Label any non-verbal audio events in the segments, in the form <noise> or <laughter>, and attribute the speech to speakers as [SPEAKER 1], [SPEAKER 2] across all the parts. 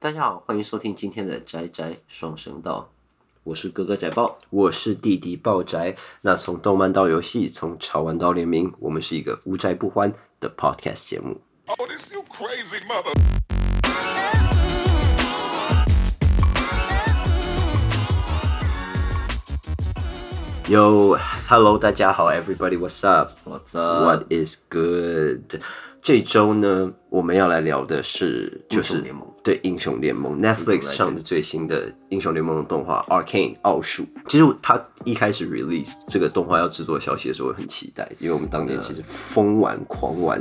[SPEAKER 1] 大家好，欢迎收听今天的宅宅双声道，我是哥哥宅豹。
[SPEAKER 2] 我是弟弟暴宅。那从动漫到游戏，从潮玩到联名，我们是一个无宅不欢的 podcast 节目。
[SPEAKER 3] Oh, this you crazy mother.
[SPEAKER 2] 有 Hello，大家好，Everybody，What's up？What
[SPEAKER 1] 我这
[SPEAKER 2] is good？这周呢，我们要来聊的是就是
[SPEAKER 1] 英雄联盟
[SPEAKER 2] 对英雄联盟 Netflix 上的最新的英雄联盟的动画 Arcane 奥数。其实它一开始 release 这个动画要制作消息的时候，我很期待，因为我们当年其实疯玩狂玩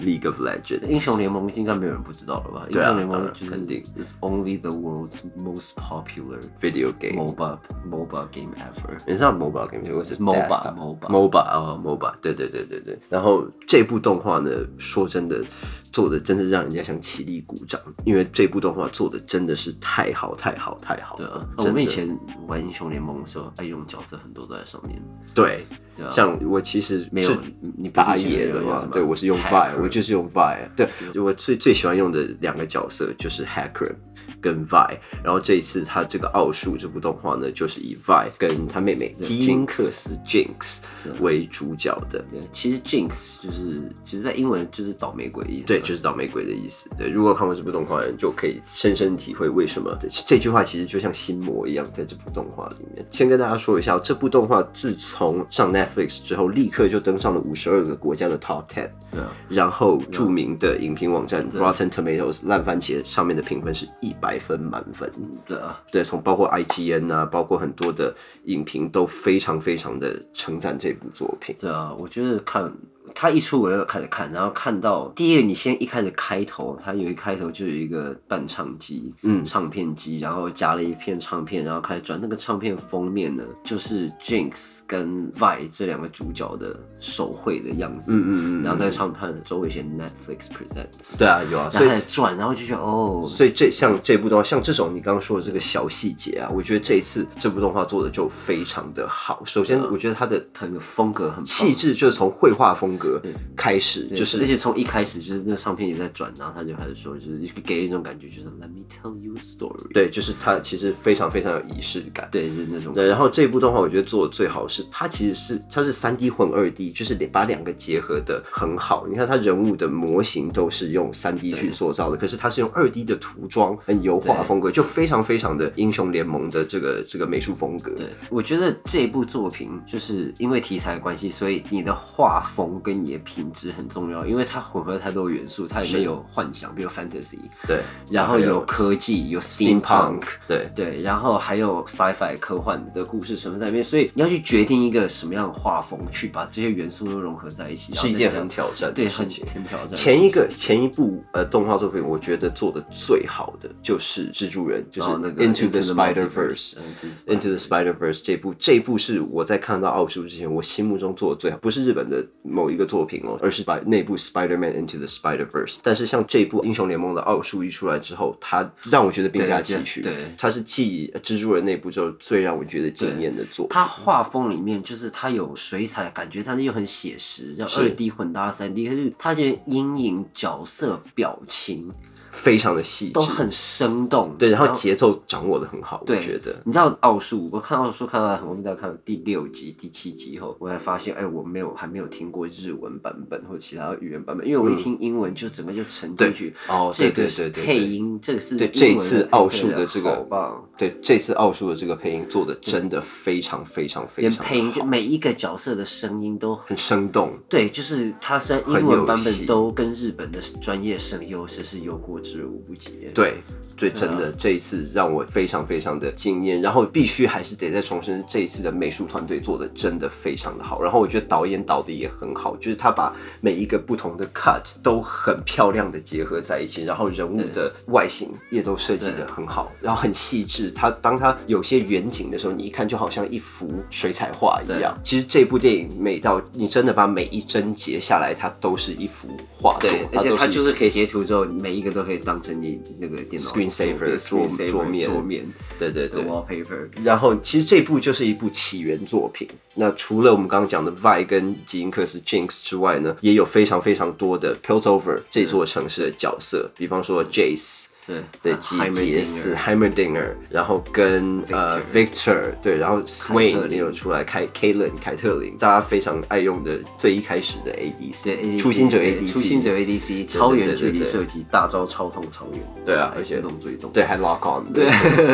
[SPEAKER 2] League of Legends
[SPEAKER 1] 啊英雄联盟应该没有人不知道了吧？
[SPEAKER 2] 对啊
[SPEAKER 1] 英雄联
[SPEAKER 2] 当
[SPEAKER 1] 盟
[SPEAKER 2] 然
[SPEAKER 1] 就是
[SPEAKER 2] 肯定
[SPEAKER 1] is only the world's most popular
[SPEAKER 2] video game。
[SPEAKER 1] MOBA MOBA game ever。
[SPEAKER 2] It's not mobile game, it was a
[SPEAKER 1] MOBA,
[SPEAKER 2] desktop.
[SPEAKER 1] MOBA
[SPEAKER 2] MOBA 哦、MOBA，对对对对对。然后这部动画呢，说真的，做的真是让人家想起立鼓掌，因为这部动画做的真的是太好太好太好
[SPEAKER 1] 对啊
[SPEAKER 2] 了。，
[SPEAKER 1] 我
[SPEAKER 2] 真
[SPEAKER 1] 们
[SPEAKER 2] 的
[SPEAKER 1] 以前玩英雄联盟的时候，爱哎用角色很多都在上面。
[SPEAKER 2] 对，
[SPEAKER 1] 对啊
[SPEAKER 2] 像我其实
[SPEAKER 1] 没有
[SPEAKER 2] 是
[SPEAKER 1] 你不是
[SPEAKER 2] 打
[SPEAKER 1] 以前
[SPEAKER 2] 野
[SPEAKER 1] 有
[SPEAKER 2] 的
[SPEAKER 1] 用
[SPEAKER 2] 嘛
[SPEAKER 1] 什么，
[SPEAKER 2] 对我是用 Vi，
[SPEAKER 1] Hacker
[SPEAKER 2] 我就是用 Vi。对，我最最喜欢用的两个角色就是 Hacker 跟 Vi。然后这一次他这个奥数这部动画呢，就是以 Vi 跟他妹妹基因克斯 Jinx 为主角的。
[SPEAKER 1] 对，其实 Jinx 就是，其实在英文就是倒霉鬼意思。
[SPEAKER 2] 对，就是倒霉鬼的意思。对，如果看过这部动画的人，就可以深深体会为什么这这句话其实就像心魔一样，在这部动画里面。先跟大家说一下，这部动画自从上 Netflix 之后，立刻就登上了五十二个国家的 Top Ten。
[SPEAKER 1] 对啊，
[SPEAKER 2] 然后著名的影评网站 Rotten Tomatoes 烂番茄上面的评分是一百分满分，
[SPEAKER 1] 对啊，
[SPEAKER 2] 对，从包括 IGN 啊，包括很多的影评都非常非常的称赞这部作品。
[SPEAKER 1] 对啊，我觉得看他一出我就开始看，然后看到第一个，你先一开始开头，他有一开头就有一个伴唱机，
[SPEAKER 2] 嗯
[SPEAKER 1] 唱片机，然后夹了一片唱片，然后开始转那个唱片封面呢，就是 Jinx 跟 Vi 这两个主角的手绘的样子，
[SPEAKER 2] 嗯嗯嗯嗯
[SPEAKER 1] 然后在唱片周围写 Netflix Presents，
[SPEAKER 2] 对啊，有啊，
[SPEAKER 1] 然
[SPEAKER 2] 所
[SPEAKER 1] 后
[SPEAKER 2] 以
[SPEAKER 1] 开始转，然后就觉得哦，
[SPEAKER 2] 所以这像这部动画，像这种你刚刚说的这个小细节啊，我觉得这一次这部动画做的就非常的好。首先，
[SPEAKER 1] 嗯
[SPEAKER 2] 我觉得它的
[SPEAKER 1] 很有风格很棒
[SPEAKER 2] 气质就是从绘画风格开始，
[SPEAKER 1] 对
[SPEAKER 2] 就是
[SPEAKER 1] 嗯而且从一开始就是那个唱片也在转，然后他就开始说，就是给人一种感觉，就是 Let me tell you a story。
[SPEAKER 2] 对，就是它其实非常非常有仪式感。
[SPEAKER 1] 对，就是那种
[SPEAKER 2] 对，然后这部动画我觉得做的最好是，它其实是它是三 D 混二 D，就是把两个结合的很好。你看它人物的模型都是用三 D 去塑造的，可是它是用二 D 的涂装跟油画
[SPEAKER 1] 对
[SPEAKER 2] 风格，就非常非常的英雄联盟的这个这个美术风格。
[SPEAKER 1] 对，我觉得这部作品就是因为题材的关系，所以你的画风跟你的品质很重要，因为它混合太多元素，它里面
[SPEAKER 2] 是
[SPEAKER 1] 有幻想，比如 fantasy，
[SPEAKER 2] 对，
[SPEAKER 1] 然后
[SPEAKER 2] 还
[SPEAKER 1] 有科技，有
[SPEAKER 2] steampunk，
[SPEAKER 1] steampunk，
[SPEAKER 2] 对
[SPEAKER 1] 对，然后还有 sci-fi 科幻的故事成分在里面，所以你要去决定一个什么样的画风，去把这些元素都融合在一起，然后
[SPEAKER 2] 是一
[SPEAKER 1] 再
[SPEAKER 2] 件
[SPEAKER 1] 这样
[SPEAKER 2] 很挑战的
[SPEAKER 1] 对，
[SPEAKER 2] 事
[SPEAKER 1] 很
[SPEAKER 2] 情
[SPEAKER 1] 很挑战。
[SPEAKER 2] 前一个前一部呃动画作品，我觉得做的最好的就是蜘蛛人，就是
[SPEAKER 1] 哦那个
[SPEAKER 2] Into
[SPEAKER 1] Into
[SPEAKER 2] the
[SPEAKER 1] the
[SPEAKER 2] Spider
[SPEAKER 1] Multiverse，
[SPEAKER 2] Verse。
[SPEAKER 1] 嗯
[SPEAKER 2] Into the Spider Verse 这部，这部是我在看到奥数之前，我心目中做的最好，不是日本的某一个作品哦，而是把那部 Spider Man Into the Spider Verse。但是像这部英雄联盟的奥数一出来之后，它让我觉得并驾齐驱，
[SPEAKER 1] 对对
[SPEAKER 2] 它是继蜘蛛人那部之后最让我觉得惊艳的作品。
[SPEAKER 1] 它画风里面就是它有水彩的感觉，但是又很写实，让
[SPEAKER 2] 是
[SPEAKER 1] 二 D 混搭三 D，可是它的阴影、角色、表情
[SPEAKER 2] 非常的细致
[SPEAKER 1] 都，很生动。
[SPEAKER 2] 对，然后节奏掌握的很好，我
[SPEAKER 1] 对
[SPEAKER 2] 觉得。
[SPEAKER 1] 你知道奥数，我看奥数看到我们在看第六集、第七集后，我才发现，哎、我没有还没有听过日文版本或其他语言版本，因为我一听英文就整个就沉进去。
[SPEAKER 2] 哦
[SPEAKER 1] 这
[SPEAKER 2] 嗯对
[SPEAKER 1] 个
[SPEAKER 2] 对
[SPEAKER 1] 是
[SPEAKER 2] 对对对
[SPEAKER 1] 配音，这个是
[SPEAKER 2] 对
[SPEAKER 1] 英
[SPEAKER 2] 这
[SPEAKER 1] 文
[SPEAKER 2] 次
[SPEAKER 1] 配
[SPEAKER 2] 奥数的
[SPEAKER 1] 得
[SPEAKER 2] 这个
[SPEAKER 1] 好棒，
[SPEAKER 2] 对，这次奥数的这个配音做的真的非常非常非
[SPEAKER 1] 连
[SPEAKER 2] 常
[SPEAKER 1] 配音就
[SPEAKER 2] 好，
[SPEAKER 1] 每一个角色的声音都
[SPEAKER 2] 很生动。
[SPEAKER 1] 对，就是它虽然
[SPEAKER 2] 很
[SPEAKER 1] 英
[SPEAKER 2] 有
[SPEAKER 1] 文版
[SPEAKER 2] 戏
[SPEAKER 1] 本都跟日本的专业声优是是有过之而无不及。，
[SPEAKER 2] 对，对，
[SPEAKER 1] 啊
[SPEAKER 2] 真的、这一次让我非常非常的惊艳，然后必须还是得再重申，这一次的美术团队做的真的非常的好，然后我觉得导演导的也很好，就是他把每一个不同的 cut 都很漂亮的结合在一起，然后人物的外形也都设计的很好，然后很细致。他当他有些远景的时候，你一看就好像一幅水彩画一样。其实这部电影美到你真的把每一帧截下来，它都是一幅画作，
[SPEAKER 1] 对，而且
[SPEAKER 2] 都
[SPEAKER 1] 它
[SPEAKER 2] 是一
[SPEAKER 1] 就是可以截图之后，每一个都可以当成你那个电脑
[SPEAKER 2] Screensaver，
[SPEAKER 1] 的
[SPEAKER 2] 桌
[SPEAKER 1] screensaver
[SPEAKER 2] 桌面
[SPEAKER 1] 桌面
[SPEAKER 2] 对对
[SPEAKER 1] 的
[SPEAKER 2] 对。
[SPEAKER 1] wallpaper。
[SPEAKER 2] 然后其实这部就是一部起源作品。那除了我们刚刚讲的 Vi 跟吉因克斯 Jinx 之外呢，也有非常非常多的 Piltover 这座城市的角色，比方说 Jace。
[SPEAKER 1] 对嗯
[SPEAKER 2] 的
[SPEAKER 1] 啊
[SPEAKER 2] 集
[SPEAKER 1] Heimerdinger
[SPEAKER 2] 结是 Heimerdinger，然后跟呃 Victor 对，然后 Swain 也有出来，凯 Kalen 凯特琳，大家非常爱用的最一开始的 ADC，
[SPEAKER 1] 对 ADC
[SPEAKER 2] 初心者
[SPEAKER 1] 对
[SPEAKER 2] ADC，
[SPEAKER 1] 初心者 ADC 超远距
[SPEAKER 2] 对对
[SPEAKER 1] 离
[SPEAKER 2] 对
[SPEAKER 1] 射击，大招超痛超远，
[SPEAKER 2] 对啊
[SPEAKER 1] 还
[SPEAKER 2] 而且
[SPEAKER 1] 自动追踪， <laughs>
[SPEAKER 2] 对，还 lock on，对，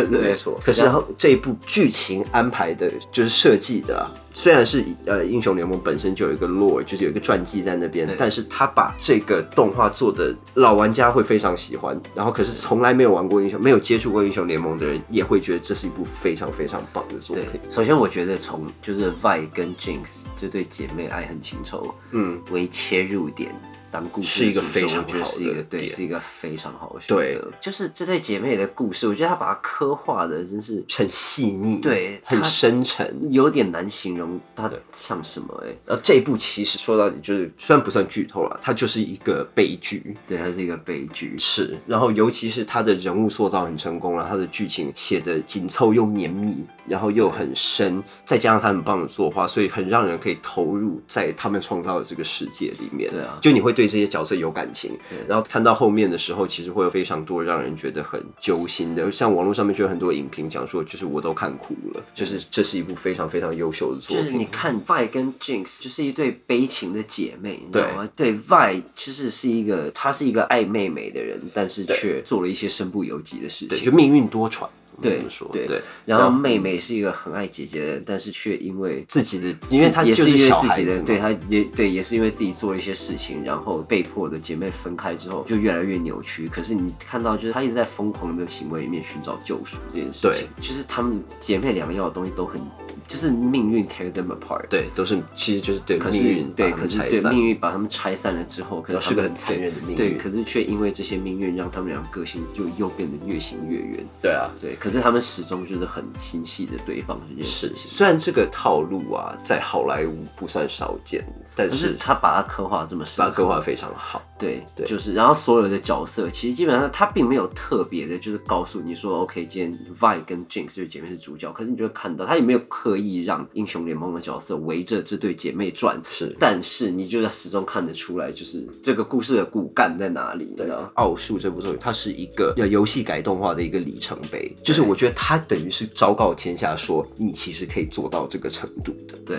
[SPEAKER 2] 没错。可是
[SPEAKER 1] 然
[SPEAKER 2] 然后这一部剧情安排的，就是设计的、啊，虽然是以呃英雄联盟本身就有一个 lore，就是有一个传记在那边
[SPEAKER 1] 对，
[SPEAKER 2] 但是他把这个动画做的老玩家会非常喜欢，然后可是从来没有玩过英雄、没有接触过英雄联盟的人，也会觉得这是一部非常非常棒的作
[SPEAKER 1] 对
[SPEAKER 2] 品。，
[SPEAKER 1] 首先我觉得从就是 Vi 跟 Jinx 这对姐妹爱恨情仇，
[SPEAKER 2] 嗯，
[SPEAKER 1] 为切入点当故事
[SPEAKER 2] 是一个
[SPEAKER 1] 主轴
[SPEAKER 2] 非常
[SPEAKER 1] 我觉得
[SPEAKER 2] 好
[SPEAKER 1] 是一
[SPEAKER 2] 的
[SPEAKER 1] 个对，
[SPEAKER 2] 点
[SPEAKER 1] 是一个非常好的选
[SPEAKER 2] 对
[SPEAKER 1] 择。就是这对姐妹的故事，我觉得她把它刻画的真是
[SPEAKER 2] 很细腻，
[SPEAKER 1] 对
[SPEAKER 2] 很
[SPEAKER 1] 它
[SPEAKER 2] 深沉。
[SPEAKER 1] 有点难形容它像什么哎、欸，
[SPEAKER 2] 然后这一部其实说到底就是，虽然不算剧透了，它就是一个悲剧，
[SPEAKER 1] 对，它是一个悲剧。
[SPEAKER 2] 是，然后尤其是他的人物塑造很成功，然后他的剧情写的紧凑又绵密，然后又很深，再加上他很棒的作画，所以很让人可以投入在他们创造的这个世界里面。
[SPEAKER 1] 对啊
[SPEAKER 2] 就你会对这些角色有感情
[SPEAKER 1] 对，
[SPEAKER 2] 然后看到后面的时候，其实会有非常多让人觉得很揪心的，像网络上面就有很多影评讲说，就是我都看哭了，就是这是一部非常非常优秀的作
[SPEAKER 1] 就是
[SPEAKER 2] 品。
[SPEAKER 1] 你看 Vi 跟 Jinx 就是一对悲情的姐妹，你知道吗？对 Vi 其实是一个，她是一个爱妹妹的人，但是却做了一些身不由己的事
[SPEAKER 2] 对，
[SPEAKER 1] 情
[SPEAKER 2] 就。命运多舛。我
[SPEAKER 1] 对
[SPEAKER 2] 这么说
[SPEAKER 1] 对
[SPEAKER 2] 对，
[SPEAKER 1] 然后妹妹是一个很爱姐姐的人，但是却因为
[SPEAKER 2] 自己的，因为他
[SPEAKER 1] 也
[SPEAKER 2] 就是
[SPEAKER 1] 因为
[SPEAKER 2] 小
[SPEAKER 1] 自
[SPEAKER 2] 孩
[SPEAKER 1] 己
[SPEAKER 2] 子
[SPEAKER 1] 的，
[SPEAKER 2] 嘛
[SPEAKER 1] 对她也对，也是因为自己做了一些事情，然后被迫的姐妹分开之后就越来越扭曲。可是你看到，就是她一直在疯狂的行为里面寻找救赎这件事情，就是她们姐妹两个要的东西都很，就是命运 tear them apart。
[SPEAKER 2] 对，都是其实就是对
[SPEAKER 1] 可
[SPEAKER 2] 命
[SPEAKER 1] 是
[SPEAKER 2] 运把
[SPEAKER 1] 对，
[SPEAKER 2] 他
[SPEAKER 1] 可
[SPEAKER 2] 们
[SPEAKER 1] 是
[SPEAKER 2] 拆
[SPEAKER 1] 对
[SPEAKER 2] 散哦
[SPEAKER 1] 命运把他们拆散了之后，可是
[SPEAKER 2] 是
[SPEAKER 1] 他
[SPEAKER 2] 个
[SPEAKER 1] 们
[SPEAKER 2] 很残忍的命运
[SPEAKER 1] 对，可是却因为这些命运，让他们两个个性就又变得越行越远。
[SPEAKER 2] 对啊，
[SPEAKER 1] 对，可是他们始终就是很心系着对方这件事
[SPEAKER 2] 是。
[SPEAKER 1] 情。
[SPEAKER 2] 虽然这个套路啊，在好莱坞不算少见，但
[SPEAKER 1] 可是
[SPEAKER 2] 是
[SPEAKER 1] 他把它刻画这么深
[SPEAKER 2] 把它
[SPEAKER 1] 刻，
[SPEAKER 2] 刻画得非常好。
[SPEAKER 1] 对，
[SPEAKER 2] 对
[SPEAKER 1] 就是然后所有的角色其实基本上他并没有特别的，就是告诉你说 OK，今天 Vi 跟 Jinx 这姐妹是主角，可是你就会看到他也没有刻意让英雄联盟的角色围着这对姐妹转，
[SPEAKER 2] 是
[SPEAKER 1] 但是你就是始终看得出来，就是这个故事的骨干在哪里，你知道吗？
[SPEAKER 2] 奥数这部作品，它是一个呃游戏改动画的一个里程碑，就是我觉得它等于是昭告天下说，你其实可以做到这个程度的。
[SPEAKER 1] 对，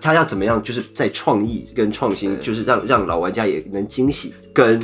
[SPEAKER 2] 他要怎么样，就是在创意跟创新，
[SPEAKER 1] 对
[SPEAKER 2] 就是让让老玩家也能惊喜，跟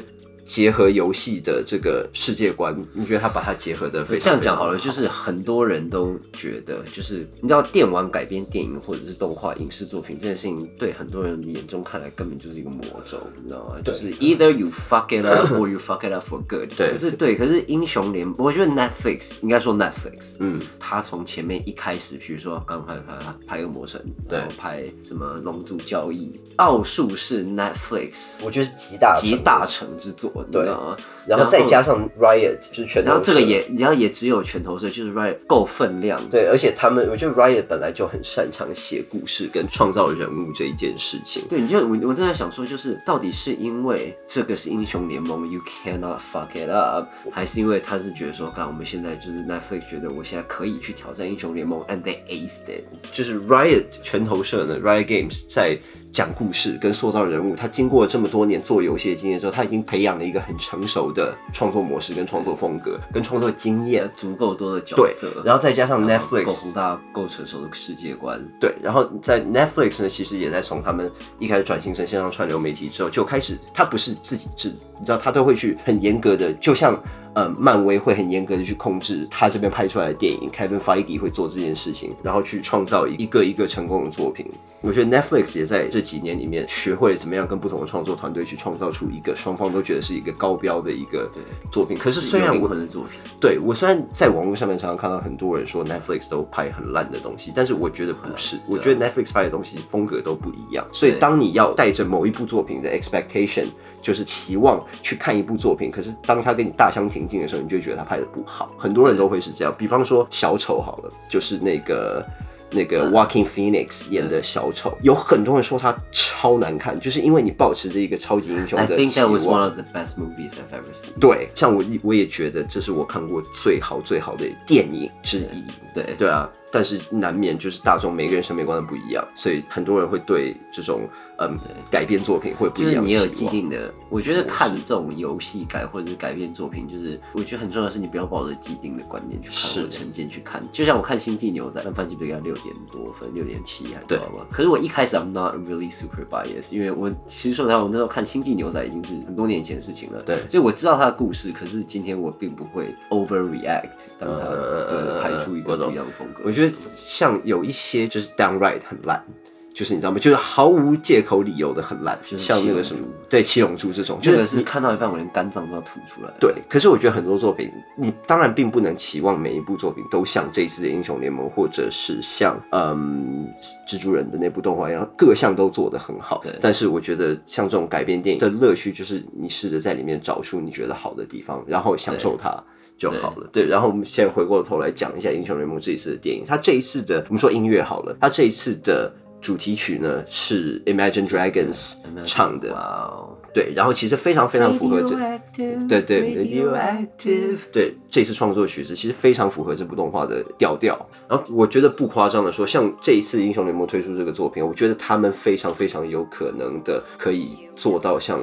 [SPEAKER 2] 结合游戏的这个世界观，你觉得他把它结合的非常
[SPEAKER 1] 这样讲好了，
[SPEAKER 2] 非常
[SPEAKER 1] 就是很多人都觉得，就是你知道电玩改编电影或者是动画影视作品这件事情，对很多人眼中看来根本就是一个魔咒，你知道吗？就是 either you fuck it up or you fuck it up for good。
[SPEAKER 2] 对
[SPEAKER 1] 可是对，可是英雄联盟，我觉得 Netflix 应该说 Netflix，
[SPEAKER 2] 嗯，
[SPEAKER 1] 他从前面一开始，比如说刚拍拍拍个魔神，
[SPEAKER 2] 对
[SPEAKER 1] 然后拍什么龙族交易，奥数是 Netflix
[SPEAKER 2] 我觉得是极大
[SPEAKER 1] 集大成之作，你知道吗？
[SPEAKER 2] 然后再加上 Riot 就是拳头社，
[SPEAKER 1] 然后这个也，然后也只有拳头社就是 right 够分量，
[SPEAKER 2] 对，而且他们我觉得 Riot 本来就很擅长写故事跟创造人物这一件事情。
[SPEAKER 1] 对，你就我我正在想说，就是到底是因为这个是英雄联盟，you cannot fuck it up，还是因为他是觉得说，看我们现在就是 Netflix 觉得我现在可以去挑战英雄联盟，and they aced it，
[SPEAKER 2] 就是 Riot 拳头社呢，Riot Games 在讲故事跟塑造人物，他经过这么多年做游戏的经验之后，他已经培养了一个很成熟的创作模式、跟创作风格、跟创作经
[SPEAKER 1] 也
[SPEAKER 2] 验。
[SPEAKER 1] 足够多的角
[SPEAKER 2] 对
[SPEAKER 1] 色，，
[SPEAKER 2] 然后再加上
[SPEAKER 1] 然后够
[SPEAKER 2] Netflix
[SPEAKER 1] 宏大、够成熟的世界观，
[SPEAKER 2] 对，然后在 Netflix 呢，其实也在从他们一开始转型成线上串流媒体之后，就开始他不是自己制，你知道他都会去很严格的，就像呃漫威会很严格的去控制他这边拍出来的电影，Kevin Feige 会做这件事情，然后去创造一个一个成功的作品。我觉得 Netflix 也在这几年里面学会了怎么样跟不同的创作团队去创造出一个双方都觉得是一个高标的一个作品。可是虽
[SPEAKER 1] 有
[SPEAKER 2] 然
[SPEAKER 1] 灵
[SPEAKER 2] 我
[SPEAKER 1] 魂的作品，
[SPEAKER 2] 对我虽然在网络上面常常看到很多人说 Netflix 都拍很烂的东西，但是我觉得不
[SPEAKER 1] 啊
[SPEAKER 2] 是，我觉得 Netflix 拍的东西风格都不一样。所以当你要带着某一部作品的 expectation，就是期望去看一部作品，可是当它跟你大相庭径的时候，你就会觉得它拍的不好。很多人都会是这样，比方说小丑好了，就是那个。那个
[SPEAKER 1] 啊
[SPEAKER 2] Walking Phoenix 演的小丑，有很多人说他超难看，就是因为你保持着一个超级英雄
[SPEAKER 1] I
[SPEAKER 2] 的期
[SPEAKER 1] think that was
[SPEAKER 2] 望
[SPEAKER 1] one。of the best movies I've ever seen。
[SPEAKER 2] 对，像我一我也觉得这是我看过最好最好的电影之一。
[SPEAKER 1] 对
[SPEAKER 2] 对啊，但是难免就是大众每个人审美观都不一样，所以很多人会对这种嗯改编作品会有不
[SPEAKER 1] 就
[SPEAKER 2] 一
[SPEAKER 1] 是
[SPEAKER 2] 样
[SPEAKER 1] 你
[SPEAKER 2] 的
[SPEAKER 1] 有
[SPEAKER 2] 期
[SPEAKER 1] 既
[SPEAKER 2] 望。
[SPEAKER 1] 定的，我觉得看这种游戏改或者是改编作品，就是我觉得很重要的是你不要抱着既定的观念去看
[SPEAKER 2] 是
[SPEAKER 1] 或者成见去看。就像我看《星际牛仔》，但番茄不是给他六点多分，六点七还
[SPEAKER 2] 对
[SPEAKER 1] 多吧？可是我一开始 I'm not really super biased，因为我其实说实话，我那时候看《星际牛仔》已经是很多年前的事情了，
[SPEAKER 2] 对
[SPEAKER 1] 所以我知道他的故事，可是今天我并不会 overreact，当他
[SPEAKER 2] 呃
[SPEAKER 1] 呃拍出一
[SPEAKER 2] 我
[SPEAKER 1] 个
[SPEAKER 2] 懂
[SPEAKER 1] 不一样的风格。
[SPEAKER 2] 我觉得像有一些就是 downright 很烂，就是你知道吗？就是毫无借口理由的很烂，
[SPEAKER 1] 就是
[SPEAKER 2] 像那个
[SPEAKER 1] 七
[SPEAKER 2] 什
[SPEAKER 1] 龙珠
[SPEAKER 2] 么对七龙珠这种，
[SPEAKER 1] 这
[SPEAKER 2] 就
[SPEAKER 1] 个
[SPEAKER 2] 是
[SPEAKER 1] 是
[SPEAKER 2] 你
[SPEAKER 1] 看到一半我连肝脏都要吐出来。
[SPEAKER 2] 对，可是我觉得很多作品，你当然并不能期望每一部作品都像这一次的英雄联盟，或者是像嗯蜘蛛人的那部动画一样，各项都做得很好
[SPEAKER 1] 对。
[SPEAKER 2] 但是我觉得像这种改编电影的乐趣，就是你试着在里面找出你觉得好的地方，然后享受它。就好了，对。然后我们现在回过头来讲一下《英雄联盟》这一次的电影，它这一次的我们说音乐好了，它这一次的主题曲呢是 Imagine Dragons 唱的，
[SPEAKER 1] 哇哦，
[SPEAKER 2] 对。然后其实非常非常符合这，对对
[SPEAKER 1] Radioactive
[SPEAKER 2] 对这次创作的曲子其实非常符合这部动画的调调。然后我觉得不夸张的说，像这一次英雄联盟推出这个作品，我觉得他们非常非常有可能的可以做到像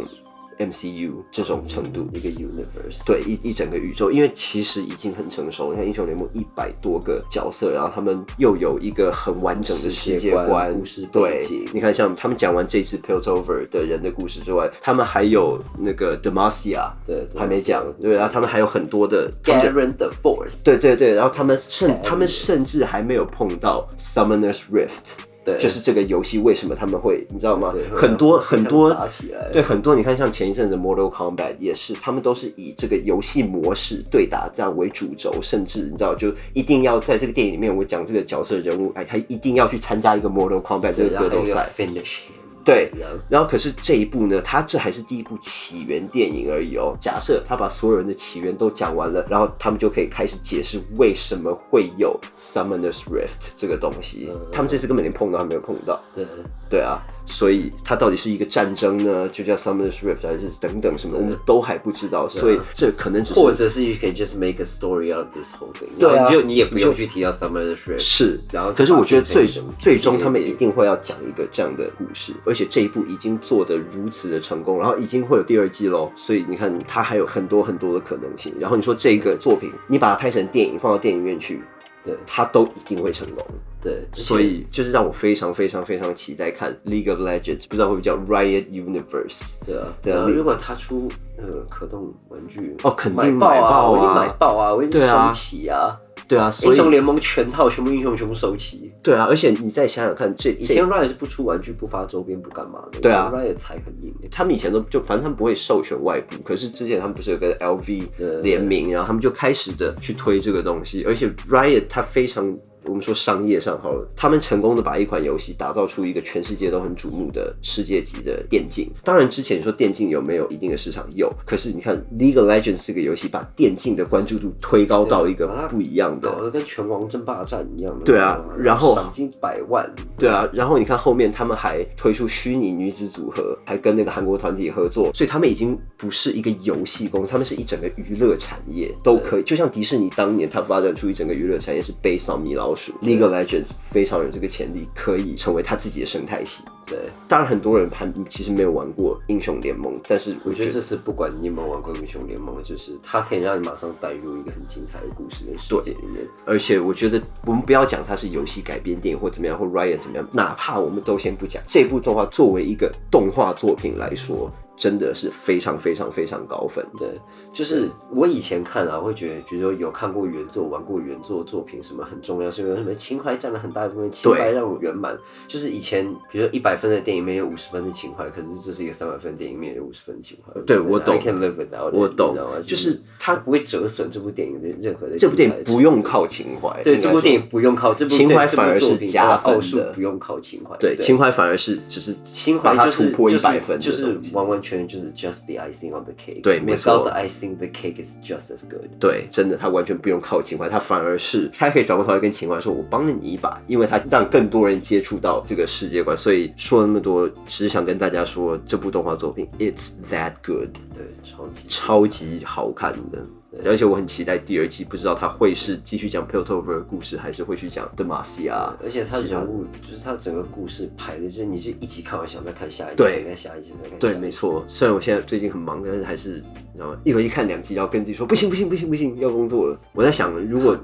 [SPEAKER 2] MCU 这种程度。
[SPEAKER 1] 一个 universe。
[SPEAKER 2] 对一一整个宇宙，因为其实已经很成熟了。你看英雄联盟一百多个角色，然后他们又有一个很完整的世界
[SPEAKER 1] 世界观故事背
[SPEAKER 2] 对
[SPEAKER 1] 景，
[SPEAKER 2] 你看像他们讲完这次 Piltover 的人的故事之外，他们还有那个 Demacia，
[SPEAKER 1] 对对
[SPEAKER 2] 还没讲，对，然后他们还有很多的他们的
[SPEAKER 1] Garen the Fourth，
[SPEAKER 2] 对对对，然后他们甚
[SPEAKER 1] Yes
[SPEAKER 2] 他们甚至还没有碰到 Summoner's Rift，
[SPEAKER 1] 对
[SPEAKER 2] 就是这个游戏为什么他们会，你知道吗
[SPEAKER 1] 对？
[SPEAKER 2] 很多很多
[SPEAKER 1] 打起来
[SPEAKER 2] 对很多，你看像前一阵子 Mortal Kombat 也是，他们都是以这个游戏模式对打这样为主轴，甚至你知道就一定要在这个电影里面，我讲这个角色人物，哎，还一定要去参加一个 Mortal Kombat 这
[SPEAKER 1] 对，
[SPEAKER 2] 个
[SPEAKER 1] 然后
[SPEAKER 2] 格
[SPEAKER 1] 还有
[SPEAKER 2] 斗
[SPEAKER 1] 一个
[SPEAKER 2] 赛。
[SPEAKER 1] finish him。
[SPEAKER 2] 对
[SPEAKER 1] 然后，
[SPEAKER 2] 然后可是这一部呢，它这还是第一部起源电影而已哦。假设他把所有人的起源都讲完了，然后他们就可以开始解释为什么会有 Summoner's Rift 这个东西。
[SPEAKER 1] 嗯
[SPEAKER 2] 他们这次根本连碰都还没有碰到。
[SPEAKER 1] 对，
[SPEAKER 2] 对啊，所以它到底是一个战争呢，就叫 Summoner's Rift 还是等等什么，我们都还不知道。所以这可能只是
[SPEAKER 1] 或者是 you can just make a story out of this whole thing，
[SPEAKER 2] 对啊
[SPEAKER 1] 然后你就你也不用去提到 Summer 的 s h r i
[SPEAKER 2] 是，
[SPEAKER 1] 然后
[SPEAKER 2] 啊可是我觉得
[SPEAKER 1] 把它
[SPEAKER 2] 最
[SPEAKER 1] 变成一种
[SPEAKER 2] 最终他们
[SPEAKER 1] 系列
[SPEAKER 2] 一定会要讲一个这样的故事，而且这一部已经做得如此的成功，然后已经会有第二季喽，所以你看它还有很多很多的可能性。然后你说这个作品，你把它拍成电影放到电影院去，
[SPEAKER 1] 对
[SPEAKER 2] 它都一定会成功。
[SPEAKER 1] 对，
[SPEAKER 2] 所以就是让我非常非常非常期待看《League of Legends》，不知道会不会叫 Riot Universe。
[SPEAKER 1] 对啊，
[SPEAKER 2] 对啊
[SPEAKER 1] 然后
[SPEAKER 2] 你
[SPEAKER 1] 如果他出呃可动玩具，
[SPEAKER 2] 哦肯定
[SPEAKER 1] 买
[SPEAKER 2] 买
[SPEAKER 1] 啊，
[SPEAKER 2] 爆啊
[SPEAKER 1] 我一定买爆啊，我一定
[SPEAKER 2] 对啊
[SPEAKER 1] 收齐啊，
[SPEAKER 2] 对啊，所
[SPEAKER 1] 英雄
[SPEAKER 2] 以
[SPEAKER 1] 联盟全套全部英雄全部收齐。
[SPEAKER 2] 对啊，而且你再想想看，这
[SPEAKER 1] 以
[SPEAKER 2] 这
[SPEAKER 1] 前 Riot 是不出玩具、不发周边、不干嘛的，
[SPEAKER 2] 对啊
[SPEAKER 1] 以前，Riot 才很硬欸。
[SPEAKER 2] 他们以前都就反正他们不会授权外部，可是之前他们不是有跟 LV
[SPEAKER 1] 对
[SPEAKER 2] 联名，然后他们就开始的去推这个东西，而且 Riot 它非常。我们说商业上好了，他们成功的把一款游戏打造出一个全世界都很瞩目的世界级的电竞。当然，之前你说电竞有没有一定的市场？有，可是你看《League of Legends》这个游戏把电竞的关注度推高到一个
[SPEAKER 1] 啊把它
[SPEAKER 2] 不一样的，
[SPEAKER 1] 搞得跟拳王争霸战一样的。
[SPEAKER 2] 对啊然后
[SPEAKER 1] 赏金百万。
[SPEAKER 2] 对啊，然后你看后面他们还推出虚拟女子组合，还跟那个韩国团体合作，所以他们已经不是一个游戏公司，他们是一整个娱乐产业都可以。就像迪士尼当年它发展出一整个娱乐产业是 based on 米老鼠，League of Legends 非常有这个潜力，可以成为它自己的生态系。
[SPEAKER 1] 对，
[SPEAKER 2] 当然，很多人还其实没有玩过英雄联盟，但是我
[SPEAKER 1] 我觉
[SPEAKER 2] 觉
[SPEAKER 1] 得
[SPEAKER 2] 得
[SPEAKER 1] 这次不管你有没有玩过英雄联盟，就是它可以让你马上带入一个很精彩的故事跟世界里面。
[SPEAKER 2] 而且我觉得我们不要讲它是游戏改编电影或怎么样，或 Riot 怎么样，哪怕我们都先不讲，这部动画作为一个动画作品来说，真的是非常非常非常高分的。
[SPEAKER 1] 对，就是我以前看啊，会觉得，比如说有看过原作、玩过原作作品，什么很重要，是因为什么情怀占了很大一部分，情怀让我圆满。就是以前，比如说一百分的电影里面有五十分的情怀，可是这是一个三百分的电影里面有五十分的情怀。
[SPEAKER 2] 对我懂
[SPEAKER 1] I can live without it，
[SPEAKER 2] 我
[SPEAKER 1] 你
[SPEAKER 2] 懂
[SPEAKER 1] 知道吗？
[SPEAKER 2] 就
[SPEAKER 1] 就是是它不会折损这部电影的任何的。
[SPEAKER 2] 这部电影不用。靠情怀，
[SPEAKER 1] 对，
[SPEAKER 2] 应该
[SPEAKER 1] 这部电
[SPEAKER 2] 说
[SPEAKER 1] 影不用靠这部
[SPEAKER 2] 情怀
[SPEAKER 1] 对这部
[SPEAKER 2] 反而是
[SPEAKER 1] 作品
[SPEAKER 2] 加分
[SPEAKER 1] 奥数
[SPEAKER 2] 的
[SPEAKER 1] 不用靠情怀。
[SPEAKER 2] 对情怀反而是只是
[SPEAKER 1] 情
[SPEAKER 2] 把
[SPEAKER 1] 怀
[SPEAKER 2] 它
[SPEAKER 1] 就
[SPEAKER 2] 突
[SPEAKER 1] 是
[SPEAKER 2] 破一百分
[SPEAKER 1] 就是，
[SPEAKER 2] 这
[SPEAKER 1] 就
[SPEAKER 2] 种
[SPEAKER 1] 是完完全全就是 just the icing on the cake。
[SPEAKER 2] 对没错
[SPEAKER 1] Without the icing, the cake is just as good。
[SPEAKER 2] 对，真的，他完全不用靠情怀，他反而是他可以转过头来跟情怀说：“我帮了你一把。”因为他让更多人接触到这个世界观。所以说了那么多，只是想跟大家说，这部动画作品 it's that good，
[SPEAKER 1] 对，超级
[SPEAKER 2] 超级好看的。对而且我很期待第二季，不知道他会是继续讲 Piltover 的故事，还是会去讲德玛西亚。
[SPEAKER 1] 而且他
[SPEAKER 2] 其他
[SPEAKER 1] 人物就是他整个故事排的，就是你是一集看完想再看下一集，
[SPEAKER 2] 对
[SPEAKER 1] 想再看下一集，想再看
[SPEAKER 2] 对，
[SPEAKER 1] 下一
[SPEAKER 2] 没
[SPEAKER 1] 集。
[SPEAKER 2] 错。虽然我现在最近很忙，但是还是然后一回去看两集，然后跟自己说不行不行不行不行，要工作了。我在想，如果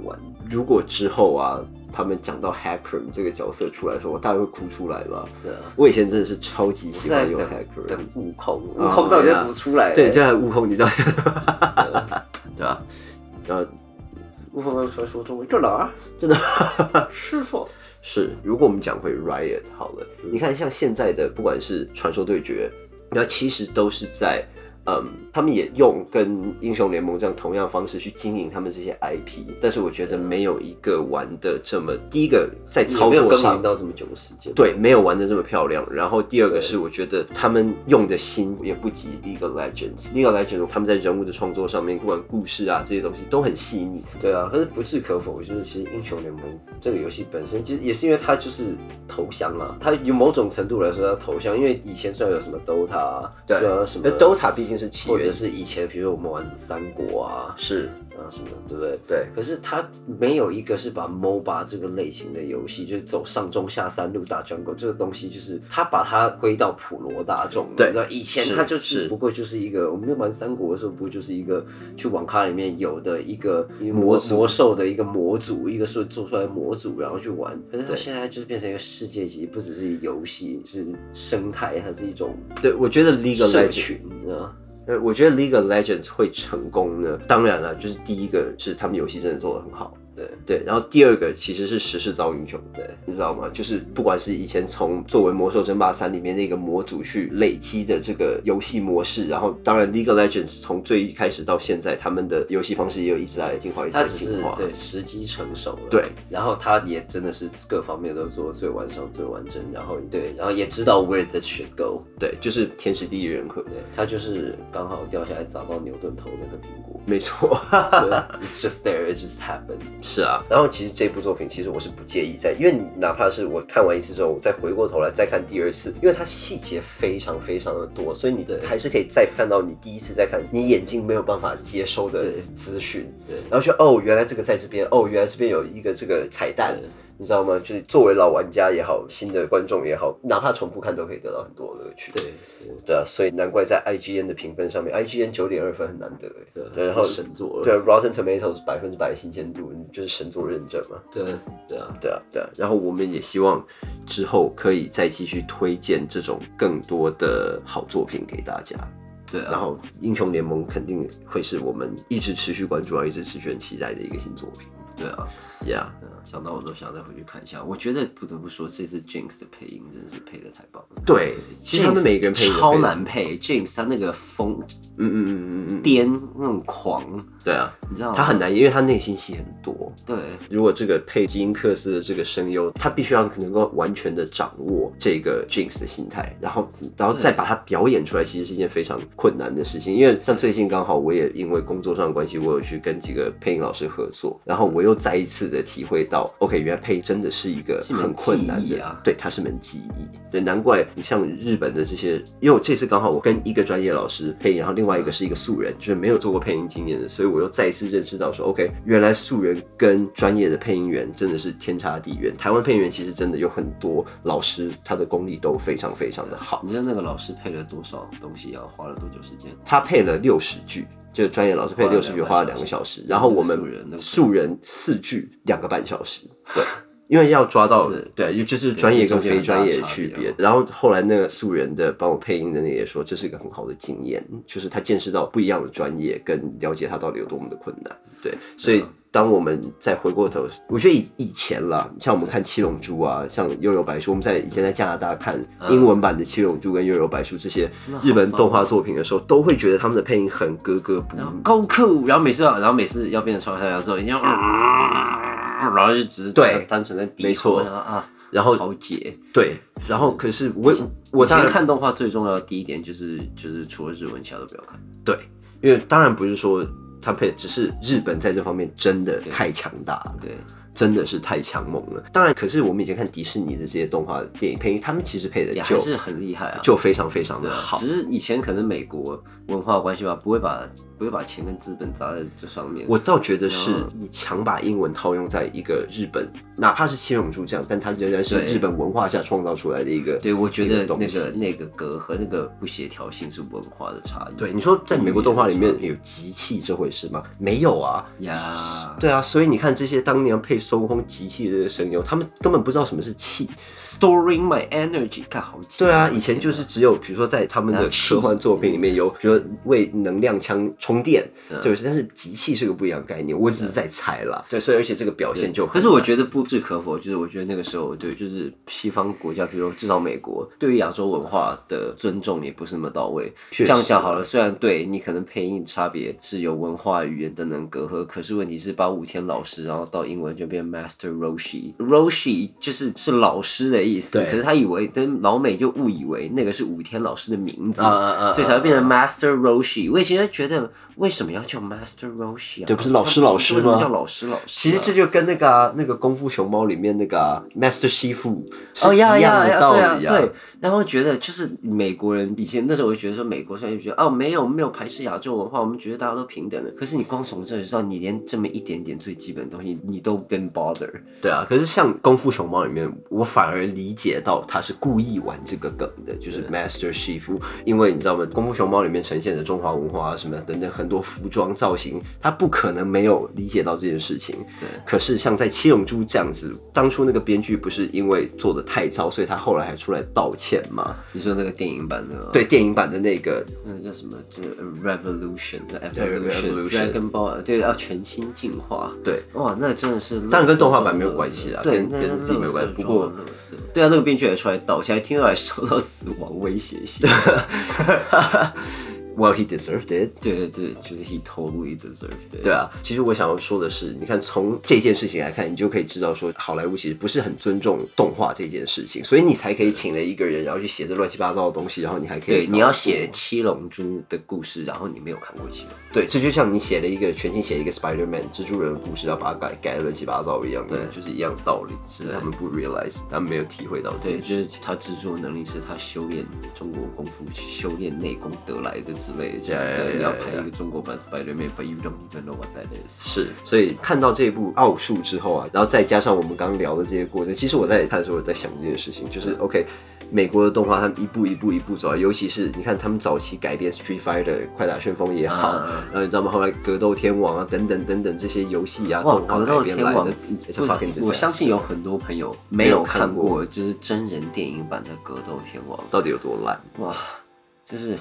[SPEAKER 2] 如果之后啊，他们讲到 Hacker 这个角色出来的时候，我大概会哭出来吧。
[SPEAKER 1] 对啊
[SPEAKER 2] 我以前真的是超级
[SPEAKER 1] 我是
[SPEAKER 2] 喜
[SPEAKER 1] 在
[SPEAKER 2] 欢用
[SPEAKER 1] 等
[SPEAKER 2] Hacker，
[SPEAKER 1] 等悟空，悟
[SPEAKER 2] 哦
[SPEAKER 1] 空到底要怎么出来？
[SPEAKER 2] 对，就在悟空，你知道， <laughs> 对吧、然后
[SPEAKER 1] 悟空刚出来说中文，这哪儿？啊
[SPEAKER 2] 真的。
[SPEAKER 1] <laughs> 师傅，
[SPEAKER 2] 是，如果我们讲回 Riot 好了，
[SPEAKER 1] 嗯
[SPEAKER 2] 你看像现在的不管是传说对决，那其实都是在。嗯，他们也用跟英雄联盟这样同样的方式去经营他们这些 IP，但是我觉得没有一个玩的这么第一个在操
[SPEAKER 1] 你有没有
[SPEAKER 2] 作
[SPEAKER 1] 耕
[SPEAKER 2] 上
[SPEAKER 1] 耘，到这么久的时间？
[SPEAKER 2] 对，没有玩的这么漂亮。然后第二个
[SPEAKER 1] 对
[SPEAKER 2] 是，我觉得他们用的心也不及 League of Legends。League of Legends 他们在人物的创作上面，不管故事啊这些东西都很细腻。
[SPEAKER 1] 对啊，可是不置可否，就是其实英雄联盟这个游戏本身，其实也是因为它就是投降啊，它有某种程度来说它投降，因为以前虽然有什么 DOTA，啊虽然有什么
[SPEAKER 2] 那呃 Dota 毕竟是起
[SPEAKER 1] 或者
[SPEAKER 2] 源，
[SPEAKER 1] 是以前比如说我们玩什么三国啊
[SPEAKER 2] 是
[SPEAKER 1] 啊什么的，对不对？
[SPEAKER 2] 对，
[SPEAKER 1] 可是它没有一个是把 MOBA 这个类型的游戏，就是走上中下三路打 jungle 这个东西，就是它把它归到普罗大众了。
[SPEAKER 2] 对
[SPEAKER 1] 你知道以前
[SPEAKER 2] 是
[SPEAKER 1] 它就是是不过就是一个，我们玩三国的时候，不过就是一个去网咖里面有的一个魔魔兽的一个模组，一个说做出来的模组，然后去玩。可是它
[SPEAKER 2] 对
[SPEAKER 1] 现在就是变成一个世界级，不只是游戏，是生态，它是一种
[SPEAKER 2] 对，我觉得 League of
[SPEAKER 1] 社
[SPEAKER 2] Legends
[SPEAKER 1] 群，啊你知道吗？
[SPEAKER 2] 呃，我觉得 League of Legends 会成功呢，当然了，就是第一个是他们游戏真的做得很好，
[SPEAKER 1] 对
[SPEAKER 2] 对，然后第二个其实是时势造英雄，
[SPEAKER 1] 对。
[SPEAKER 2] 你知道吗？就是不管是以前从作为魔兽争霸三里面那个模组去累积的这个游戏模式，然后当然 League of Legends 从最一开始到现在，他们的游戏方式也有一直在进化，一直
[SPEAKER 1] 他
[SPEAKER 2] 在
[SPEAKER 1] 只是
[SPEAKER 2] 进化，
[SPEAKER 1] 对时机成熟了，
[SPEAKER 2] 对，
[SPEAKER 1] 然后他也真的是各方面都做得最完善、最完整，然后对，然后也知道 where the shit go，
[SPEAKER 2] 对，就是天时地利人和，
[SPEAKER 1] 对他就是刚好掉下来砸到牛顿头那个苹果
[SPEAKER 2] 没错。
[SPEAKER 1] 对，it's
[SPEAKER 2] <laughs>
[SPEAKER 1] just there, it just happened。
[SPEAKER 2] 是啊，然后其实这部作品，其实我是不介意在，因为哪怕是我看完一次之后，我再回过头来再看第二次，因为它细节非常非常的多，所以你
[SPEAKER 1] 对
[SPEAKER 2] 还是可以再看到你第一次再看，你眼睛没有办法接收的
[SPEAKER 1] 对
[SPEAKER 2] 资讯，
[SPEAKER 1] 对，
[SPEAKER 2] 然后就哦，原来这个在这边，哦，原来这边有一个这个彩蛋
[SPEAKER 1] 对，
[SPEAKER 2] 你知道吗？就是作为老玩家也好，新的观众也好，哪怕重复看都可以得到很多乐趣。
[SPEAKER 1] 对，
[SPEAKER 2] 对啊，所以难怪在 IGN 的评分上面，IGN 九点二分很难得欸
[SPEAKER 1] 对
[SPEAKER 2] 对，然后
[SPEAKER 1] 是神作了
[SPEAKER 2] 对 Rotten Tomatoes 百分之百新鲜度，就是神作认证嘛。
[SPEAKER 1] 对，对啊，
[SPEAKER 2] 对啊，对啊，然后我们也希望之后可以再继续推荐这种更多的好作品给大家。
[SPEAKER 1] 对啊，
[SPEAKER 2] 然后，英雄联盟肯定会是我们一直持续关注，然后一直持续很期待的一个新作品。
[SPEAKER 1] 对啊，
[SPEAKER 2] Yeah，
[SPEAKER 1] 对啊想到我都想再回去看一下。我觉得不得不说，这次 Jinx 的配音真的是配的太棒了。
[SPEAKER 2] 对，其实他们
[SPEAKER 1] Jinx
[SPEAKER 2] 每个人配音都
[SPEAKER 1] 超
[SPEAKER 2] 配得，
[SPEAKER 1] 难配，Jinx 他那个疯
[SPEAKER 2] 嗯嗯嗯嗯嗯嗯，
[SPEAKER 1] 癫那种狂，
[SPEAKER 2] 对啊，
[SPEAKER 1] 你知道吗？
[SPEAKER 2] 他很难，因为他内心戏很多。
[SPEAKER 1] 对，
[SPEAKER 2] 如果这个配基因克斯的这个声优，他必须要能够完全的掌握这个 Jinx 的心态，然后然后再把它表演出来，其实是一件非常困难的事情。因为像最近刚好我也因为工作上的关系，我有去跟几个配音老师合作，然后我又再一次的体会到，OK，原来配音真的是一个
[SPEAKER 1] 是门
[SPEAKER 2] 很困难
[SPEAKER 1] 技艺
[SPEAKER 2] 的，
[SPEAKER 1] 啊
[SPEAKER 2] 对，它是门技艺。对，难怪你像日本的这些，因为我这次刚好我跟一个专业老师配音，然后另外一个是一个素人，就是没有做过配音经验的，所以我又再一次认识到说，OK，原来素人跟专业的配音员真的是天差地远。台湾配音员其实真的有很多老师，他的功力都非常非常的好。
[SPEAKER 1] 你知道那个老师配了多少东西啊？花了多久时间？
[SPEAKER 2] 他配了六十句，就是专业老师配六十句花
[SPEAKER 1] 花
[SPEAKER 2] 了
[SPEAKER 1] 了
[SPEAKER 2] 两
[SPEAKER 1] 两
[SPEAKER 2] 个
[SPEAKER 1] 个
[SPEAKER 2] 小
[SPEAKER 1] 小
[SPEAKER 2] 时
[SPEAKER 1] 时，
[SPEAKER 2] 然后我们
[SPEAKER 1] 那个素人那个
[SPEAKER 2] 素人四句两个半小时，对。因为要抓到
[SPEAKER 1] 是
[SPEAKER 2] 对，就是专业跟
[SPEAKER 1] 中间
[SPEAKER 2] 非
[SPEAKER 1] 很大
[SPEAKER 2] 专业的
[SPEAKER 1] 差
[SPEAKER 2] 区
[SPEAKER 1] 别
[SPEAKER 2] 别
[SPEAKER 1] 哦。
[SPEAKER 2] 然后后来那个素人的帮我配音的那个也说，这是一个很好的经验，就是他见识到不一样的专业，跟了解他到底有多么的困难。对，
[SPEAKER 1] 啊
[SPEAKER 2] 所以当我们再回过头，我觉得以以前啦，像我们看《七龙珠》啊，像《幽游白书》，我们在以前在加拿大看
[SPEAKER 1] 嗯
[SPEAKER 2] 英文版的《七龙珠》跟《幽游白书》这些日本动画作品的时候，都会觉得他们的配音很格格不入
[SPEAKER 1] 然。后高酷，然后每次要，然后每次要变成超人赛亚的时候，一定要，然后就只是
[SPEAKER 2] 对
[SPEAKER 1] 单纯的低
[SPEAKER 2] 没错
[SPEAKER 1] 然后啊，
[SPEAKER 2] 然后
[SPEAKER 1] 好解。
[SPEAKER 2] 对，然后可是我我
[SPEAKER 1] 我
[SPEAKER 2] 当
[SPEAKER 1] 当
[SPEAKER 2] 然
[SPEAKER 1] 然看动画最重要的第一点就是就是除了日文，其他都不要看。
[SPEAKER 2] 对，因为当然不是说他配，只是日本在这方面真的太强大了。
[SPEAKER 1] 对，
[SPEAKER 2] 真的是太强猛了。当然，可是我们以前看迪士尼的这些动画电影配音，他们其实配的
[SPEAKER 1] 也还
[SPEAKER 2] 就是
[SPEAKER 1] 很厉害啊。
[SPEAKER 2] 就非常非常的
[SPEAKER 1] 对啊
[SPEAKER 2] 好
[SPEAKER 1] 只。是以前可能美国文化的关系吧，不会把不会把钱跟资本砸在这上面。
[SPEAKER 2] 我倒觉得是
[SPEAKER 1] 嗯
[SPEAKER 2] 你强把英文套用在一个日本，哪怕是七龙珠这样，但它仍然是
[SPEAKER 1] 对
[SPEAKER 2] 日本文化下创造出来的一个。
[SPEAKER 1] 对，我觉
[SPEAKER 2] 一
[SPEAKER 1] 得
[SPEAKER 2] 东
[SPEAKER 1] 那
[SPEAKER 2] 西
[SPEAKER 1] 个那个隔阂、那个不协调性是文化的差异。
[SPEAKER 2] 对，你说在美国动画里面有集气这回事吗？没有啊。
[SPEAKER 1] 呀，
[SPEAKER 2] 对啊，所以你看这些当年配孙悟空集气的这些神牛，他们根本不知道什么是气。
[SPEAKER 1] storing my energy，看好几
[SPEAKER 2] 对啊，
[SPEAKER 1] 年
[SPEAKER 2] 以前就是只有比如说在他们的
[SPEAKER 1] 拿啊气
[SPEAKER 2] 科幻作品里面有，比如说为能量枪充电，
[SPEAKER 1] 嗯
[SPEAKER 2] 对，但是集气是个不一样的概念，我只是在猜啦。对，所以而且这个表现就很，
[SPEAKER 1] 可是我觉得不置可否，就是我觉得那个时候，对，就是西方国家，比如至少美国，对于亚洲文化的尊重也不是那么到位。
[SPEAKER 2] 确
[SPEAKER 1] 这
[SPEAKER 2] 实啊
[SPEAKER 1] 样讲好了，虽然对你可能配音差别是有文化语言等等隔阂，可是问题是把武田老师，然后到英文就变 Master Roshi，Roshi 就是是老师的意思，
[SPEAKER 2] 对
[SPEAKER 1] 可是他以为跟老美就误以为那个是武田老师的名字，
[SPEAKER 2] 啊啊啊啊
[SPEAKER 1] 所以才会变成 Master Roshi。我以前觉得为什么要叫 Master Roshi 啊？
[SPEAKER 2] 对不是老师老师吗
[SPEAKER 1] 为什么叫老师老师啊、
[SPEAKER 2] 其实这就跟那个、啊、那个功夫熊猫里面那个、啊、Master 西父
[SPEAKER 1] 哦
[SPEAKER 2] 是一
[SPEAKER 1] 呀
[SPEAKER 2] 样
[SPEAKER 1] 呀
[SPEAKER 2] 的
[SPEAKER 1] 呀，
[SPEAKER 2] 道
[SPEAKER 1] 对
[SPEAKER 2] 理
[SPEAKER 1] 啊，对。然后觉得就是美国人以前那时候，我就觉得说美国虽然觉得哦没有没有排斥亚洲文化，我们觉得大家都平等的。可是你光从这里知道，你连这么一点点最基本的东西你都 didn't bother。
[SPEAKER 2] 对啊，可是像《功夫熊猫》里面，我反而理解到他是故意玩这个梗的，就是 Master 西服，因为你知道吗？《功夫熊猫》里面呈现的中华文化啊什么等等很多服装造型，他不可能没有理解到这件事情。
[SPEAKER 1] 对
[SPEAKER 2] 可是像在《七龙珠》这样子，当初那个编剧不是因为做的太糟，所以他后来还出来道歉吗？
[SPEAKER 1] 你说那个电影版的哦吗，
[SPEAKER 2] 对，电影版的那个
[SPEAKER 1] 那个叫什么？就是 Revolution 的
[SPEAKER 2] 对
[SPEAKER 1] Evolution
[SPEAKER 2] Revolution
[SPEAKER 1] Dragon Ball，对，要全新进化。
[SPEAKER 2] 对。
[SPEAKER 1] 哇，那真的是，
[SPEAKER 2] 当然跟动画版没有关系啦
[SPEAKER 1] 啊，对，
[SPEAKER 2] 跟
[SPEAKER 1] 那
[SPEAKER 2] 跟自己没有关系不过
[SPEAKER 1] 垃圾中的垃圾对啊，那个编剧也出来道歉，还听到还受到死亡威胁信。
[SPEAKER 2] Well, he deserved it.
[SPEAKER 1] <laughs> 对对对，就是 he totally deserved it。
[SPEAKER 2] 对啊，其实我想要说的是，你看从这件事情来看，你就可以知道说，好莱坞其实不是很尊重动画这件事情，所以你才可以请了一个人，然后去写这乱七八糟的东西，然后你还可以
[SPEAKER 1] 对，你要写《七龙珠》的故事，然后你没有看过《七龙珠
[SPEAKER 2] 对，这就像你写了一个全新写一个 Spider Man 蜘蛛人的故事，要把它改改得乱七八糟一样，对，就是一样道理，只是他们不 realize，他们没有体会到》，
[SPEAKER 1] 对，
[SPEAKER 2] 这件
[SPEAKER 1] 就
[SPEAKER 2] 事
[SPEAKER 1] 是
[SPEAKER 2] 情。
[SPEAKER 1] 他制作能力是他修炼中国功夫、修炼内功得来的之类的。就是
[SPEAKER 2] Yeah, yeah,
[SPEAKER 1] 对你要
[SPEAKER 2] yeah,
[SPEAKER 1] 拍一个中国版 Spider-Man，but you don't even know what that is。
[SPEAKER 2] 是，所以看到这部奥数之后啊，然后再加上我们刚刚聊的这些过程，其实我在看的时候，我在想这件事情，就是
[SPEAKER 1] 嗯
[SPEAKER 2] OK，美国的动画他们一步一步一步走来，尤其是你看他们早期改编《Street Fighter》快打旋风也好，
[SPEAKER 1] 嗯嗯嗯
[SPEAKER 2] 然后你知道吗？后来格斗天王啊等等等等这些游戏啊，
[SPEAKER 1] 哇，
[SPEAKER 2] 动
[SPEAKER 1] 格
[SPEAKER 2] 画改
[SPEAKER 1] 斗
[SPEAKER 2] 编
[SPEAKER 1] 天
[SPEAKER 2] 来
[SPEAKER 1] 王
[SPEAKER 2] 的，，It's a fucking
[SPEAKER 1] 我我
[SPEAKER 2] disaster
[SPEAKER 1] 相信有很多朋友
[SPEAKER 2] 没
[SPEAKER 1] 没
[SPEAKER 2] 有
[SPEAKER 1] 有看
[SPEAKER 2] 看过
[SPEAKER 1] 过，就是真人电影版的《格斗天王》。
[SPEAKER 2] 到底有多烂。
[SPEAKER 1] 哇，就是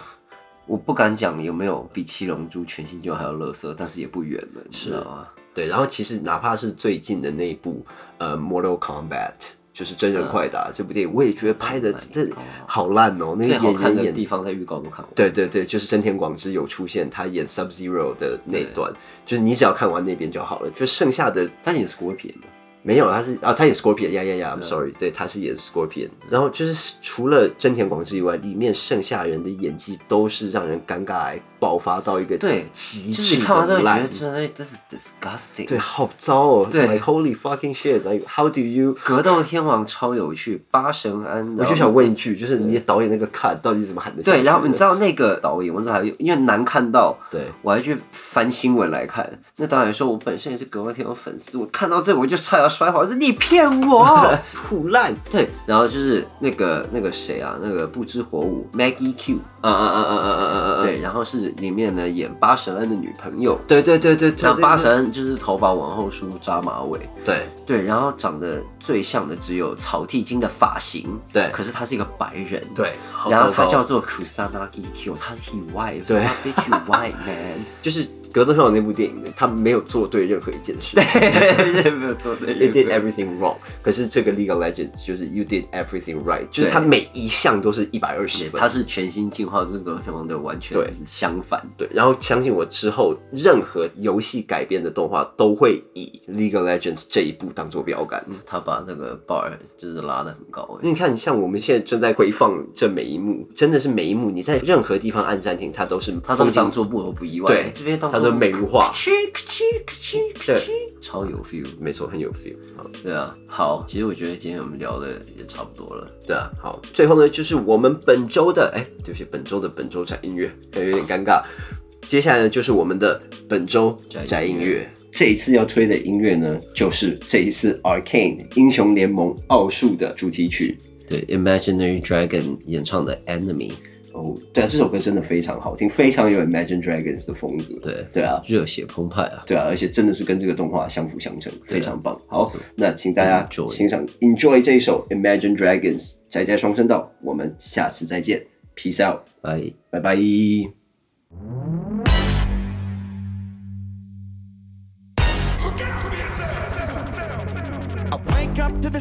[SPEAKER 1] 我不敢讲有没有比《七龙珠》全新就还要乐色，但是也不远了，你知道吗？
[SPEAKER 2] 对，然后其实哪怕是最近的那一部呃《Mortal Kombat》。就是真
[SPEAKER 1] 嗯
[SPEAKER 2] 人快打、这部电影，我也觉得拍的
[SPEAKER 1] Oh my
[SPEAKER 2] 这
[SPEAKER 1] God
[SPEAKER 2] 好烂哦、那个
[SPEAKER 1] 最好
[SPEAKER 2] 演
[SPEAKER 1] 看
[SPEAKER 2] 员
[SPEAKER 1] 的
[SPEAKER 2] 演
[SPEAKER 1] 地方在预告都看完。
[SPEAKER 2] 对对对，就是真田广之有出现，他演 Sub Zero 的那段，就是你只要看完那边就好了，就剩下的
[SPEAKER 1] 但也是国片嘛，
[SPEAKER 2] 没有，他是啊，他演 Scorpion，呀呀呀，I'm sorry，对，他是演 Scorpion，然后就是除了真田广之以外，里面剩下人的演技都是让人尴尬癌爆发到一个
[SPEAKER 1] 对
[SPEAKER 2] 极
[SPEAKER 1] 就是
[SPEAKER 2] 致
[SPEAKER 1] 看完之后
[SPEAKER 2] 的
[SPEAKER 1] 觉
[SPEAKER 2] 烂
[SPEAKER 1] 得，真的哎 this is disgusting。
[SPEAKER 2] 对，，好糟哦，
[SPEAKER 1] 对
[SPEAKER 2] ，like holy fucking shit，like how do you？
[SPEAKER 1] 格斗天王超有趣，八神庵。
[SPEAKER 2] 我就想问一句，就是你导演那个 cut 到底怎么喊的？
[SPEAKER 1] 对，然后你知道那个导演，我这还因为难看到，
[SPEAKER 2] 对 <laughs>
[SPEAKER 1] 我还去翻新闻来看。那导演说，我本身也是格斗天王粉丝，我看到这个我就差点要摔好，我说你骗我。
[SPEAKER 2] <laughs> 腐烂，
[SPEAKER 1] 对，然后就是那个那个谁啊，那个不知火舞 Maggie Q，
[SPEAKER 2] 啊啊
[SPEAKER 1] 嗯
[SPEAKER 2] 啊啊啊啊啊！
[SPEAKER 1] 对，然后是里面呢演八神庵的女朋友，
[SPEAKER 2] 对对对对对
[SPEAKER 1] 那
[SPEAKER 2] 对，
[SPEAKER 1] 八神庵就是头发往后梳扎马尾，
[SPEAKER 2] 对。
[SPEAKER 1] 对，然后长得最像的只有草剃金的发型，
[SPEAKER 2] 对
[SPEAKER 1] 可是他是一个白人，。
[SPEAKER 2] 对，好
[SPEAKER 1] 然后
[SPEAKER 2] 糟糕
[SPEAKER 1] 他叫做 Kusanagi Q，他 he white，
[SPEAKER 2] 对
[SPEAKER 1] b i t c h white
[SPEAKER 2] <laughs>
[SPEAKER 1] man，
[SPEAKER 2] 就是《格斗天王》那部电影，他没有做对任何一件事 <laughs> 情
[SPEAKER 1] 没有做对
[SPEAKER 2] ，It did everything wrong。可是这个 League of Legends 就是 You did everything right，就是他每一项都是一百二十分。
[SPEAKER 1] 他是全新进化跟格斗天王的完全
[SPEAKER 2] 对
[SPEAKER 1] 相反，
[SPEAKER 2] 对，然后相信我，之后任何游戏改编的动画都会以《League of Legends》这一部当做标杆。
[SPEAKER 1] 嗯他把那个 bar 就是拉得很高、欸
[SPEAKER 2] 因为你看，像我们现在正在回放这每一幕，真的是每一幕，你在任何地方按暂停，它都是
[SPEAKER 1] 他都
[SPEAKER 2] 风景
[SPEAKER 1] 当做不合不意外，
[SPEAKER 2] 对
[SPEAKER 1] 这边当，
[SPEAKER 2] 它
[SPEAKER 1] 做
[SPEAKER 2] 都美如画，对，
[SPEAKER 1] 超有 feel，
[SPEAKER 2] 没错，很有 feel。好
[SPEAKER 1] 对啊，好，其实我觉得今天我们聊的也差不多了，
[SPEAKER 2] 对啊，好，最后呢，就是我们本周的，哎，对不起，本周的本周展音乐，感觉有点尴尬。接下来呢，就是我们的本周
[SPEAKER 1] 宅
[SPEAKER 2] 宅音
[SPEAKER 1] 音
[SPEAKER 2] 乐。这一次要推的音乐呢，就是这一次 Arcane 英雄联盟奥数的主题曲。
[SPEAKER 1] 对，Imaginary Dragon 演唱的 Enemy，
[SPEAKER 2] 哦，对啊，这首歌真的非常好听，非常有 Imagine Dragons 的风格。
[SPEAKER 1] 对，
[SPEAKER 2] 对啊，
[SPEAKER 1] 热血澎湃啊！
[SPEAKER 2] 对啊，而且真的是跟这个动画相辅相成，非常棒。好，那请大家
[SPEAKER 1] <laughs> Enjoy
[SPEAKER 2] 欣赏 Enjoy 这一首 Imagine Dragons 宅宅双声道，我们下次再见，Peace out，
[SPEAKER 1] 拜。
[SPEAKER 2] 拜拜。
[SPEAKER 3] Look out for yourself.
[SPEAKER 4] I wake up to the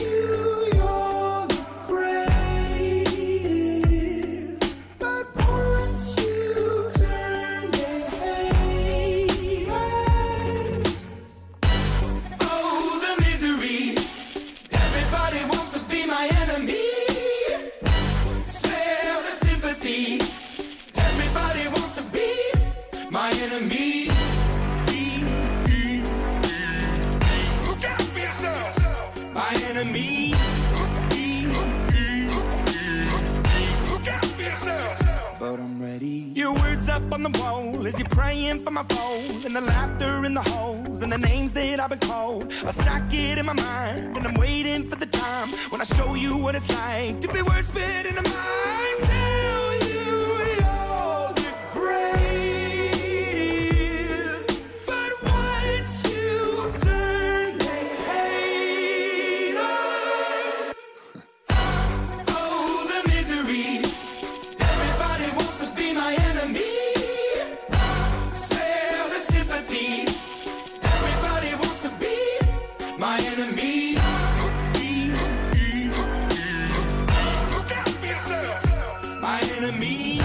[SPEAKER 4] you you're the greatest, but once you turn the haters, oh the misery. Everybody wants to be my enemy. Spare the sympathy. Everybody wants to be my enemy.
[SPEAKER 3] Look out for yourself.
[SPEAKER 4] My enemy.
[SPEAKER 3] Look out for yourself.
[SPEAKER 4] But I'm ready. Your words up on the wall as you're praying for my phone. And the laughter in the holes and the names that I've been called. I stack it in my mind and I'm waiting for the time when I show you what it's like to be worse fit in the mind. Tell you you're the greatest. But once you turn the haters, oh, the misery. Everybody wants to be my enemy. Spare the sympathy. Everybody wants to be my enemy.
[SPEAKER 3] Look out for yourself.
[SPEAKER 4] My enemy.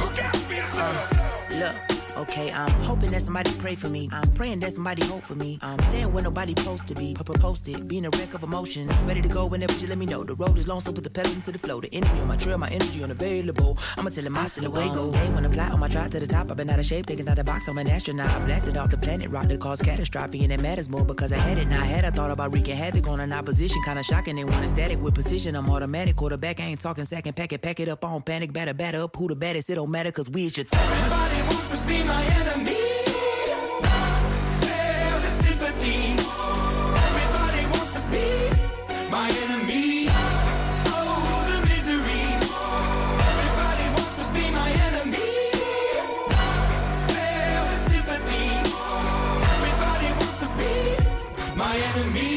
[SPEAKER 3] Look out for yourself.
[SPEAKER 5] Look, okay, I'm hoping that somebody pray for me. I'm praying that somebody hope for me. I'm staying where nobody supposed to be. Papa posted, being a wreck of emotions. Ready to go whenever you let me know. The road is long, so put the pedal into the flow. The energy on my trail, my energy unavailable. I'ma tell him I still away go. They wanna fly on my drive to the top. I've been out of shape, thinking out of box. I'm an astronaut. I blasted off the planet rock that caused catastrophe, and it matters more because I had it. Now I had I thought about wreaking havoc on an opposition. Kinda shocking, they want a static with precision. I'm automatic. Quarterback, I ain't talking second pack it, pack it up on panic, batter, batter up. Who the baddest? It don't matter, cause we is your
[SPEAKER 4] Everybody wants to be my enemy. Spare the sympathy. Everybody wants to be my enemy. Oh, the misery. Everybody wants to be my enemy. Spare the sympathy. Everybody wants to be my enemy.